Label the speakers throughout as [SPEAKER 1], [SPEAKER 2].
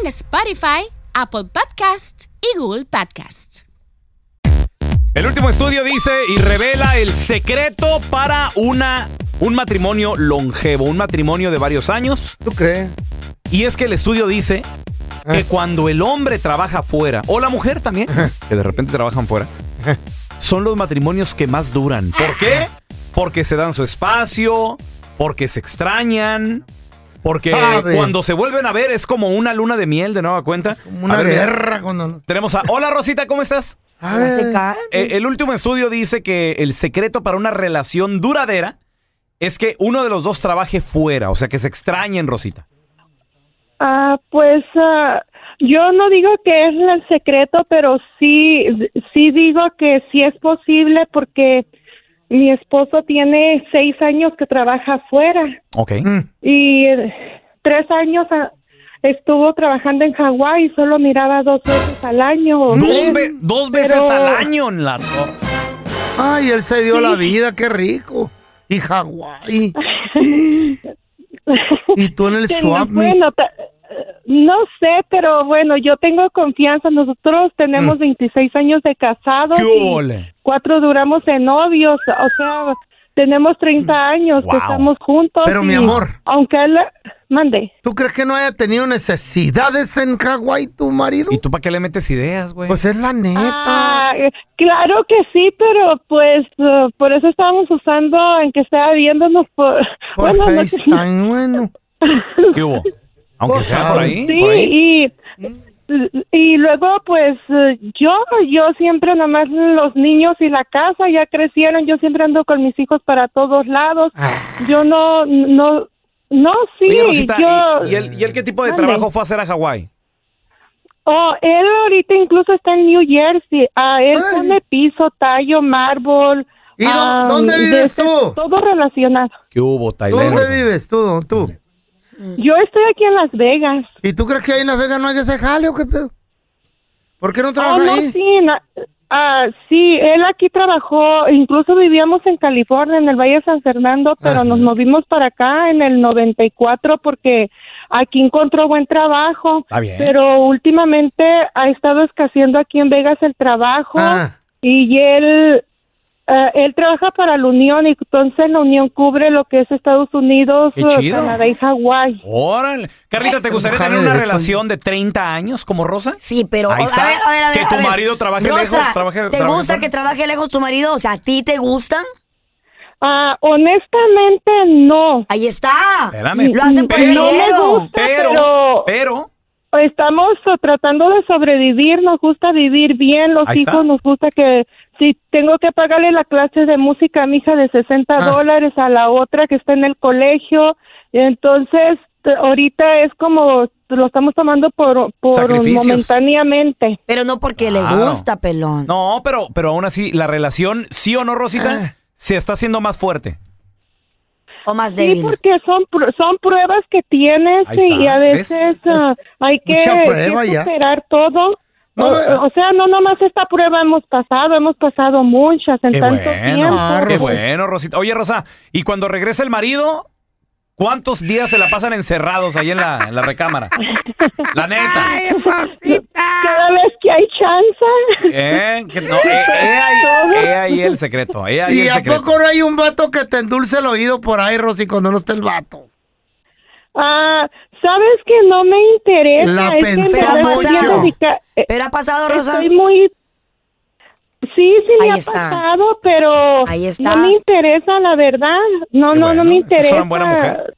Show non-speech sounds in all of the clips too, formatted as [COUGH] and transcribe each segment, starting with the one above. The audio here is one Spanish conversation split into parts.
[SPEAKER 1] en Spotify, Apple Podcast y Google Podcast.
[SPEAKER 2] El último estudio dice y revela el secreto para una, un matrimonio longevo, un matrimonio de varios años.
[SPEAKER 3] ¿Tú crees?
[SPEAKER 2] Y es que el estudio dice
[SPEAKER 3] Ah.
[SPEAKER 2] que cuando el hombre trabaja fuera, o la mujer también, que de repente trabajan fuera, son los matrimonios que más duran. ¿Por qué? Porque se dan su espacio, porque se extrañan, porque
[SPEAKER 3] Sabe.
[SPEAKER 2] cuando se vuelven a ver es como una luna de miel de nueva cuenta.
[SPEAKER 3] Una
[SPEAKER 2] A ver, mira,
[SPEAKER 3] guerra cuando... no-
[SPEAKER 2] tenemos a... Hola Rosita, ¿cómo estás?
[SPEAKER 3] A ver.
[SPEAKER 2] Eh, el último estudio dice que el secreto para una relación duradera es que uno de los dos trabaje fuera, o sea, que se extrañen, Rosita.
[SPEAKER 4] Ah, pues ah, yo no digo que es el secreto, pero sí, sí digo que sí es posible porque mi esposo tiene seis años que trabaja afuera
[SPEAKER 2] Ok.
[SPEAKER 4] y eh, tres años ah, estuvo trabajando en Hawái y solo miraba dos veces al año. o
[SPEAKER 2] Dos,
[SPEAKER 4] tres.
[SPEAKER 2] ve- dos veces
[SPEAKER 4] pero-
[SPEAKER 2] al año en la torre.
[SPEAKER 3] Ay, él se dio la vida, qué rico. Y
[SPEAKER 4] [LAUGHS]
[SPEAKER 3] Hawái. y tú en el
[SPEAKER 4] Que no,
[SPEAKER 3] swap. mi-
[SPEAKER 4] bueno, ta- eh, no sé, pero bueno, yo tengo confianza. Nosotros tenemos 26 años de casados.
[SPEAKER 2] Mm. ¿Qué
[SPEAKER 4] y-
[SPEAKER 2] hubo, ole?
[SPEAKER 4] cuatro duramos de novios, o sea, tenemos 30 años que
[SPEAKER 2] Mm, Wow.
[SPEAKER 4] estamos juntos.
[SPEAKER 3] Pero, mi
[SPEAKER 4] y
[SPEAKER 3] amor.
[SPEAKER 4] Aunque él, mande,
[SPEAKER 3] ¿Tú crees que no haya tenido necesidades en Hawái tu marido?
[SPEAKER 2] ¿Y tú para qué le metes ideas, güey?
[SPEAKER 3] Pues es la neta.
[SPEAKER 4] Ah, eh, claro que sí, pero pues eh, por eso estábamos usando, aunque estaba viéndonos por,
[SPEAKER 3] Por
[SPEAKER 4] bueno, no-
[SPEAKER 3] FaceTime, bueno.
[SPEAKER 2] ¿Qué hubo? Aunque
[SPEAKER 3] Pues,
[SPEAKER 2] sea por
[SPEAKER 3] ah,
[SPEAKER 2] ahí,
[SPEAKER 4] [LAUGHS] sí,
[SPEAKER 2] por ahí.
[SPEAKER 4] y y luego pues eh, yo yo siempre nomás los niños y la casa ya crecieron, yo siempre ando con mis hijos para todos lados. Yo no no no
[SPEAKER 2] Ah.
[SPEAKER 4] sí,
[SPEAKER 2] Oye, Rosita,
[SPEAKER 4] yo
[SPEAKER 2] ¿y, y el, y el qué tipo de
[SPEAKER 4] Mande.
[SPEAKER 2] trabajo fue a hacer a Hawái?
[SPEAKER 4] Oh, él ahorita incluso está en New Jersey. Ah, él
[SPEAKER 3] Ay.
[SPEAKER 4] pone piso, tallo, mármol.
[SPEAKER 3] ¿Y dó-
[SPEAKER 4] ah,
[SPEAKER 3] dónde
[SPEAKER 4] de
[SPEAKER 3] vives
[SPEAKER 4] este-
[SPEAKER 3] tú?
[SPEAKER 4] Todo relacionado.
[SPEAKER 2] ¿Qué hubo,
[SPEAKER 3] ¿Tú
[SPEAKER 2] Taylor?
[SPEAKER 3] dónde vives? ¿Tú? ¿Tú?
[SPEAKER 4] Yo estoy aquí en Las Vegas.
[SPEAKER 3] ¿Y tú crees que ahí en Las Vegas no hay ese jale o qué pedo? ¿Por qué no
[SPEAKER 4] Oh,
[SPEAKER 3] trabajas
[SPEAKER 4] no,
[SPEAKER 3] ahí?
[SPEAKER 4] sí. na- ah, sí, él aquí trabajó. Incluso vivíamos en California, en el Valle de San Fernando, pero nos movimos para acá en el 94 porque aquí encontró buen trabajo.
[SPEAKER 2] Está Ah, bien.
[SPEAKER 4] Pero últimamente ha estado escaseando aquí en Vegas el trabajo.
[SPEAKER 3] Ah.
[SPEAKER 4] y él eh, él trabaja para la Unión y entonces la Unión cubre lo que es Estados Unidos,
[SPEAKER 2] Qué
[SPEAKER 4] eh,
[SPEAKER 2] chido.
[SPEAKER 4] Canadá y Hawái.
[SPEAKER 2] Órale. Carlita, ¿te gustaría
[SPEAKER 3] Déjame
[SPEAKER 2] tener una
[SPEAKER 3] de eso.
[SPEAKER 2] relación de 30 años como Rosa?
[SPEAKER 5] Sí, pero
[SPEAKER 2] Ahí
[SPEAKER 5] a
[SPEAKER 2] está.
[SPEAKER 5] ver, a ver, a ver,
[SPEAKER 2] Que
[SPEAKER 5] a
[SPEAKER 2] tu
[SPEAKER 5] ver.
[SPEAKER 2] marido trabaje
[SPEAKER 5] Rosa,
[SPEAKER 2] lejos, trabaje-
[SPEAKER 5] ¿Te
[SPEAKER 2] trabaje
[SPEAKER 5] gusta
[SPEAKER 2] fuera?
[SPEAKER 5] que trabaje lejos tu marido? O sea, ¿a ti te gusta?
[SPEAKER 4] Ah, honestamente no.
[SPEAKER 5] Ahí está.
[SPEAKER 2] Espérame.
[SPEAKER 5] Lo hacen por
[SPEAKER 4] Pero-
[SPEAKER 5] dinero.
[SPEAKER 2] pero,
[SPEAKER 4] pero-
[SPEAKER 2] pero,
[SPEAKER 4] Estamos eh, tratando de sobrevivir, nos gusta vivir bien, los
[SPEAKER 2] Ahí
[SPEAKER 4] hijos
[SPEAKER 2] está.
[SPEAKER 4] nos gusta que si tengo que pagarle la clase de música a mi hija de 60
[SPEAKER 3] Ah.
[SPEAKER 4] dólares a la otra que está en el colegio, entonces t- ahorita es como lo estamos tomando por, por
[SPEAKER 2] Sacrificios.
[SPEAKER 4] momentáneamente.
[SPEAKER 5] Pero no porque le
[SPEAKER 2] Claro.
[SPEAKER 5] gusta, pelón.
[SPEAKER 2] No, pero, pero aún así, la relación, sí o no, Rosita, se está haciendo más fuerte.
[SPEAKER 5] O más
[SPEAKER 4] Sí,
[SPEAKER 5] débil.
[SPEAKER 4] porque son pr- son pruebas que tienes
[SPEAKER 2] Ahí
[SPEAKER 4] y,
[SPEAKER 2] está,
[SPEAKER 4] y a
[SPEAKER 2] ¿ves?
[SPEAKER 4] veces ah, hay que,
[SPEAKER 3] mucha
[SPEAKER 4] que
[SPEAKER 3] prueba ya.
[SPEAKER 4] superar todo.
[SPEAKER 3] No,
[SPEAKER 4] o, o sea, no nomás esta prueba hemos pasado, hemos pasado muchas en
[SPEAKER 2] Qué
[SPEAKER 4] tanto
[SPEAKER 2] bueno,
[SPEAKER 4] tiempo.
[SPEAKER 3] Ah,
[SPEAKER 4] [LAUGHS]
[SPEAKER 2] qué
[SPEAKER 3] Rosa.
[SPEAKER 2] bueno, Rosita. Oye, Rosa, y cuando regresa el marido, ¿cuántos días se la pasan encerrados ahí en la, en la recámara? La neta.
[SPEAKER 4] Cada vez que hay chance,
[SPEAKER 2] ¿Eh? Que no, eh, eh, ahí, eh, ahí el secreto. eh, ahí
[SPEAKER 3] ¿Y
[SPEAKER 2] el
[SPEAKER 3] a
[SPEAKER 2] secreto.
[SPEAKER 3] poco no hay un vato que te endulce el oído por ahí, Rosy, cuando no está el vato?
[SPEAKER 4] ah, Sabes que no me interesa.
[SPEAKER 3] La
[SPEAKER 4] es que me
[SPEAKER 3] pensó
[SPEAKER 4] estoy
[SPEAKER 5] mucho.
[SPEAKER 4] dedica- eh,
[SPEAKER 5] Pero ha pasado, Rosa.
[SPEAKER 4] Estoy muy... Sí, sí me
[SPEAKER 5] Ahí
[SPEAKER 4] ha
[SPEAKER 5] está.
[SPEAKER 4] pasado, pero
[SPEAKER 5] Ahí está.
[SPEAKER 4] no me interesa, la verdad. No,
[SPEAKER 2] Qué
[SPEAKER 4] no,
[SPEAKER 2] bueno,
[SPEAKER 4] no me
[SPEAKER 2] esa es
[SPEAKER 4] interesa.
[SPEAKER 2] una buena mujer.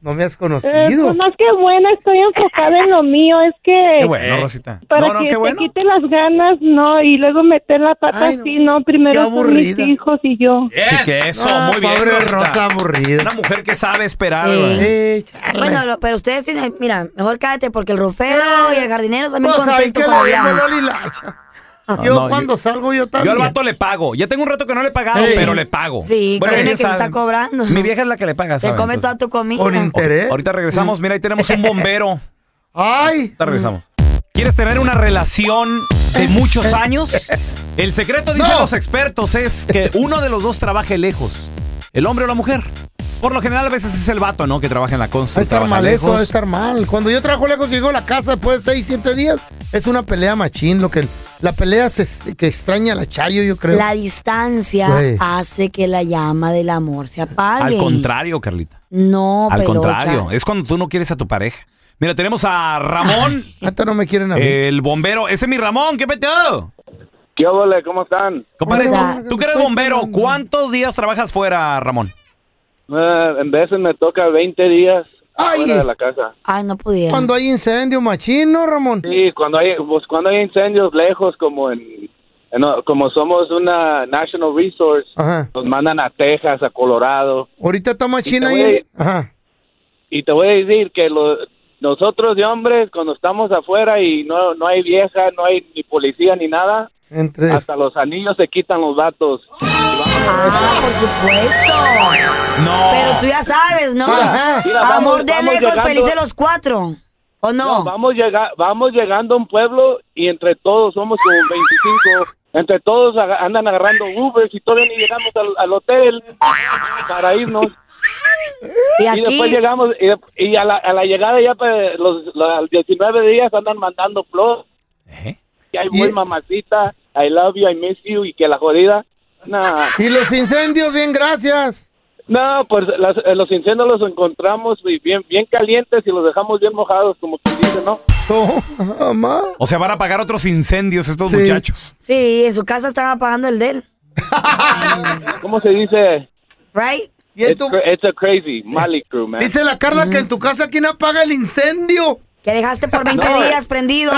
[SPEAKER 3] No me has
[SPEAKER 4] Eh,
[SPEAKER 3] conocido.
[SPEAKER 4] pues más que buena, estoy enfocada en lo mío. Es que
[SPEAKER 2] Qué bueno, Rosita.
[SPEAKER 4] para
[SPEAKER 2] no, no,
[SPEAKER 4] que
[SPEAKER 2] qué
[SPEAKER 4] te
[SPEAKER 2] bueno.
[SPEAKER 4] quite las ganas, no, y luego meter la pata
[SPEAKER 3] Ay, no.
[SPEAKER 4] así, no, primero
[SPEAKER 3] Qué
[SPEAKER 4] son mis
[SPEAKER 3] aburrida.
[SPEAKER 4] hijos y yo.
[SPEAKER 2] Sí que eso,
[SPEAKER 3] Ah,
[SPEAKER 2] muy bien.
[SPEAKER 3] Pobre
[SPEAKER 2] Rosita.
[SPEAKER 3] Rosa aburrida.
[SPEAKER 2] Una mujer que sabe esperar.
[SPEAKER 5] Sí.
[SPEAKER 2] ¿verdad?
[SPEAKER 3] Eh, chale.
[SPEAKER 5] Bueno, lo- pero ustedes tienen, mira, mejor cállate porque el rofero y el jardinero están bien
[SPEAKER 3] Pues ahí
[SPEAKER 5] contentos
[SPEAKER 3] que
[SPEAKER 5] con la
[SPEAKER 3] le
[SPEAKER 5] vida.
[SPEAKER 3] demos la lilacha.
[SPEAKER 2] No,
[SPEAKER 3] Yo
[SPEAKER 2] no,
[SPEAKER 3] cuando salgo yo
[SPEAKER 2] Yo
[SPEAKER 3] también.
[SPEAKER 2] al vato le pago. Ya tengo un rato que no le he pagado,
[SPEAKER 3] Sí.
[SPEAKER 2] pero le pago.
[SPEAKER 5] Sí, créeme
[SPEAKER 2] ya
[SPEAKER 5] que se está
[SPEAKER 2] saben.
[SPEAKER 5] cobrando.
[SPEAKER 2] Mi vieja es la que le paga,
[SPEAKER 5] Te
[SPEAKER 2] ¿saben?
[SPEAKER 5] come toda
[SPEAKER 2] Entonces,
[SPEAKER 5] tu comida.
[SPEAKER 3] Con in- ¿Interés?
[SPEAKER 2] Ahorita regresamos. Mira, ahí tenemos
[SPEAKER 5] [LAUGHS]
[SPEAKER 2] un bombero.
[SPEAKER 3] Ay,
[SPEAKER 2] Ahorita regresamos. ¿Quieres tener una relación de muchos años? El secreto, dicen
[SPEAKER 3] No.
[SPEAKER 2] los expertos, es que uno de los dos trabaje lejos. El hombre o la mujer. Por lo general, a veces es el vato, ¿no? Que trabaja en la
[SPEAKER 3] va a
[SPEAKER 2] construcción.
[SPEAKER 3] estar mal eso, va a estar mal. Cuando yo trabajo lejos y llego a la casa después de 6, 7 días, es una pelea machín. Lo que, la pelea se- que extraña la Chayo, yo creo. Ah,
[SPEAKER 5] La distancia
[SPEAKER 3] Güey.
[SPEAKER 5] hace que la llama del amor se
[SPEAKER 2] Al
[SPEAKER 5] apague.
[SPEAKER 2] contrario, Carlita.
[SPEAKER 5] eh. No,
[SPEAKER 2] Al
[SPEAKER 5] pelocha.
[SPEAKER 2] contrario, es cuando tú no quieres a tu pareja. Mira, tenemos a Ramón,
[SPEAKER 3] Hasta no me quieren a mí.
[SPEAKER 2] el bombero. Ese es mi Ramón, ¿qué peteo?
[SPEAKER 6] ¿Qué ole? ¿Cómo están?
[SPEAKER 2] Compadre,
[SPEAKER 5] Hola.
[SPEAKER 2] tú, tú que eres bombero, ¿cuántos días trabajas fuera, Ramón?
[SPEAKER 6] Eh, en veces me toca 20 días
[SPEAKER 3] Ay.
[SPEAKER 6] fuera de la casa.
[SPEAKER 5] Ay, no pudiera.
[SPEAKER 3] Cuando hay incendio, machino, Ramón.
[SPEAKER 6] Sí, cuando hay, pues, cuando hay incendios lejos, como en, en- como somos una national resource,
[SPEAKER 3] Ajá.
[SPEAKER 6] nos mandan a Texas, a Colorado.
[SPEAKER 3] Ahorita está machín
[SPEAKER 6] Y te
[SPEAKER 3] ahí.
[SPEAKER 6] voy-
[SPEAKER 3] Ajá.
[SPEAKER 6] Y te voy a decir que lo- nosotros de hombres, cuando estamos afuera y no, no hay vieja, no hay ni policía ni nada,
[SPEAKER 3] Entre.
[SPEAKER 6] hasta los anillos se quitan los vatos.
[SPEAKER 5] Ah, por supuesto.
[SPEAKER 2] No.
[SPEAKER 5] Pero tú ya sabes, ¿no?
[SPEAKER 3] Ajá.
[SPEAKER 6] Mira, vamos-
[SPEAKER 5] amor de
[SPEAKER 6] vamos
[SPEAKER 5] lejos,
[SPEAKER 6] llegando.
[SPEAKER 5] felices los cuatro. ¿O no?
[SPEAKER 6] No, vamos, llega- vamos llegando a un pueblo y entre todos somos como 25. Entre todos aga- andan agarrando Ubers y todavía ni llegamos al, al hotel para irnos.
[SPEAKER 5] y
[SPEAKER 6] Y
[SPEAKER 5] aquí,
[SPEAKER 6] después llegamos y, de- y a, la, a la llegada ya pues, los, los 19 días andan mandando flores.
[SPEAKER 2] ¿Eh?
[SPEAKER 6] Que hay
[SPEAKER 3] Y-
[SPEAKER 6] muy mamacita, I love you, I miss you y que la jodida. Nah.
[SPEAKER 3] Y los incendios, bien, gracias. [LAUGHS]
[SPEAKER 6] No, pues las- eh, los incendios los encontramos y bien, bien calientes y los dejamos bien mojados, como quien dice, ¿no?
[SPEAKER 3] Toma.
[SPEAKER 2] O sea, van a pagar otros incendios estos
[SPEAKER 3] Sí.
[SPEAKER 2] muchachos.
[SPEAKER 5] sí, en su casa están apagando el de él.
[SPEAKER 6] ¿Cómo se dice?
[SPEAKER 5] ¿Right?
[SPEAKER 3] Y en
[SPEAKER 6] It's,
[SPEAKER 3] tu-
[SPEAKER 6] cra- it's a crazy Mali crew, man.
[SPEAKER 3] Dice la Carla que en tu casa, ¿quién apaga el incendio?
[SPEAKER 5] Que dejaste por 20
[SPEAKER 6] No.
[SPEAKER 5] días prendido.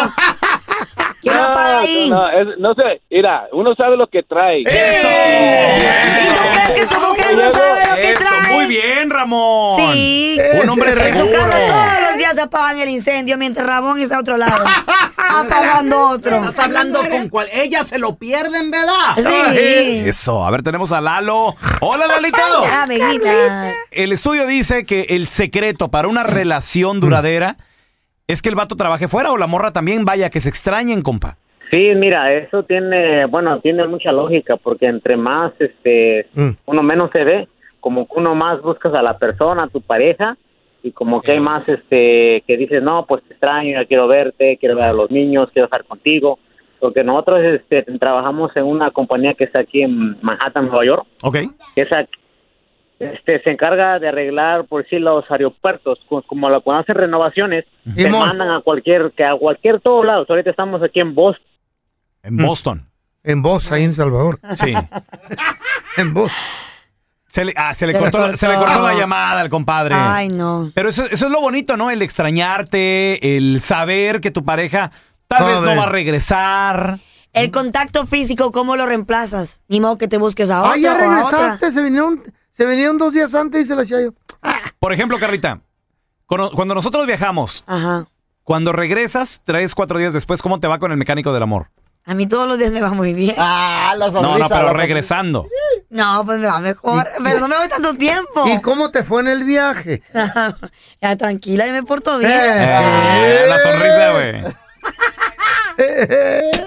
[SPEAKER 5] ¿Quién lo apaga ahí?
[SPEAKER 6] No, es- no sé, mira, uno sabe lo que trae.
[SPEAKER 2] ¡Eso!
[SPEAKER 5] ¿Y tú crees que tu mujer no sabe lo que
[SPEAKER 2] Eso,
[SPEAKER 5] trae?
[SPEAKER 2] muy bien, Ramón.
[SPEAKER 5] Sí.
[SPEAKER 2] Un hombre
[SPEAKER 3] Ese
[SPEAKER 5] En su
[SPEAKER 2] seguro.
[SPEAKER 5] casa todos los días apagan el incendio mientras Ramón está a
[SPEAKER 3] [LAUGHS]
[SPEAKER 5] otro lado. apagando otro.
[SPEAKER 7] hablando con cual. Ellas se lo pierden, ¿verdad?
[SPEAKER 5] Sí.
[SPEAKER 2] Eso, a ver, tenemos a Lalo. Hola, Lalito.
[SPEAKER 5] Ah, amiguita.
[SPEAKER 2] El estudio dice que el secreto para una relación duradera es que el vato trabaje fuera o la morra también, vaya, que se extrañen, compa.
[SPEAKER 8] Sí, mira, eso tiene, bueno, tiene mucha lógica porque entre más, este,
[SPEAKER 3] Mm.
[SPEAKER 8] uno menos se ve, como que uno más buscas a la persona, a tu pareja, y como que hay más, este, que dices, no, pues te extraño, ya quiero verte, quiero ver a los niños, quiero estar contigo, porque nosotros, este, trabajamos en una compañía que está aquí en Manhattan, Nueva York,
[SPEAKER 2] Ok.
[SPEAKER 8] que esa este se encarga de arreglar por si los aeropuertos co- como la cuando hacen renovaciones te
[SPEAKER 3] Simón.
[SPEAKER 8] mandan a cualquier que a cualquier todos lados ahorita estamos aquí en Boston
[SPEAKER 2] En Boston.
[SPEAKER 3] En voz, ahí en Salvador. [LAUGHS]
[SPEAKER 2] Sí.
[SPEAKER 3] En voz.
[SPEAKER 2] Se le, ah, se le,
[SPEAKER 5] Se le
[SPEAKER 2] cortó, la- se le
[SPEAKER 5] cortó.
[SPEAKER 2] cortó la llamada al compadre.
[SPEAKER 5] Ay, no.
[SPEAKER 2] Pero eso, eso es lo bonito, ¿no? El extrañarte, el saber que tu pareja tal
[SPEAKER 3] A
[SPEAKER 2] vez no
[SPEAKER 3] ver.
[SPEAKER 2] va a regresar.
[SPEAKER 5] El contacto físico, ¿cómo lo reemplazas? Ni modo que te busques a otro
[SPEAKER 3] Ah, ya
[SPEAKER 5] o a otra.
[SPEAKER 3] regresaste. Se vinieron, se vinieron dos días antes, dice la Chayo.
[SPEAKER 2] Por ejemplo, Carlita, cuando cuando nosotros viajamos,
[SPEAKER 5] Ajá.
[SPEAKER 2] cuando regresas, tres, cuatro días después, ¿cómo te va con el mecánico del amor?
[SPEAKER 5] A mí todos los días me va muy bien.
[SPEAKER 3] Ah, la
[SPEAKER 2] No, no, pero regresando.
[SPEAKER 5] No, pues me va mejor. Pero no me voy tanto tiempo.
[SPEAKER 3] ¿Y cómo te fue en el viaje?
[SPEAKER 5] [LAUGHS] ya, tranquila, yo me porto bien.
[SPEAKER 3] Eh.
[SPEAKER 2] Eh, la sonrisa, güey.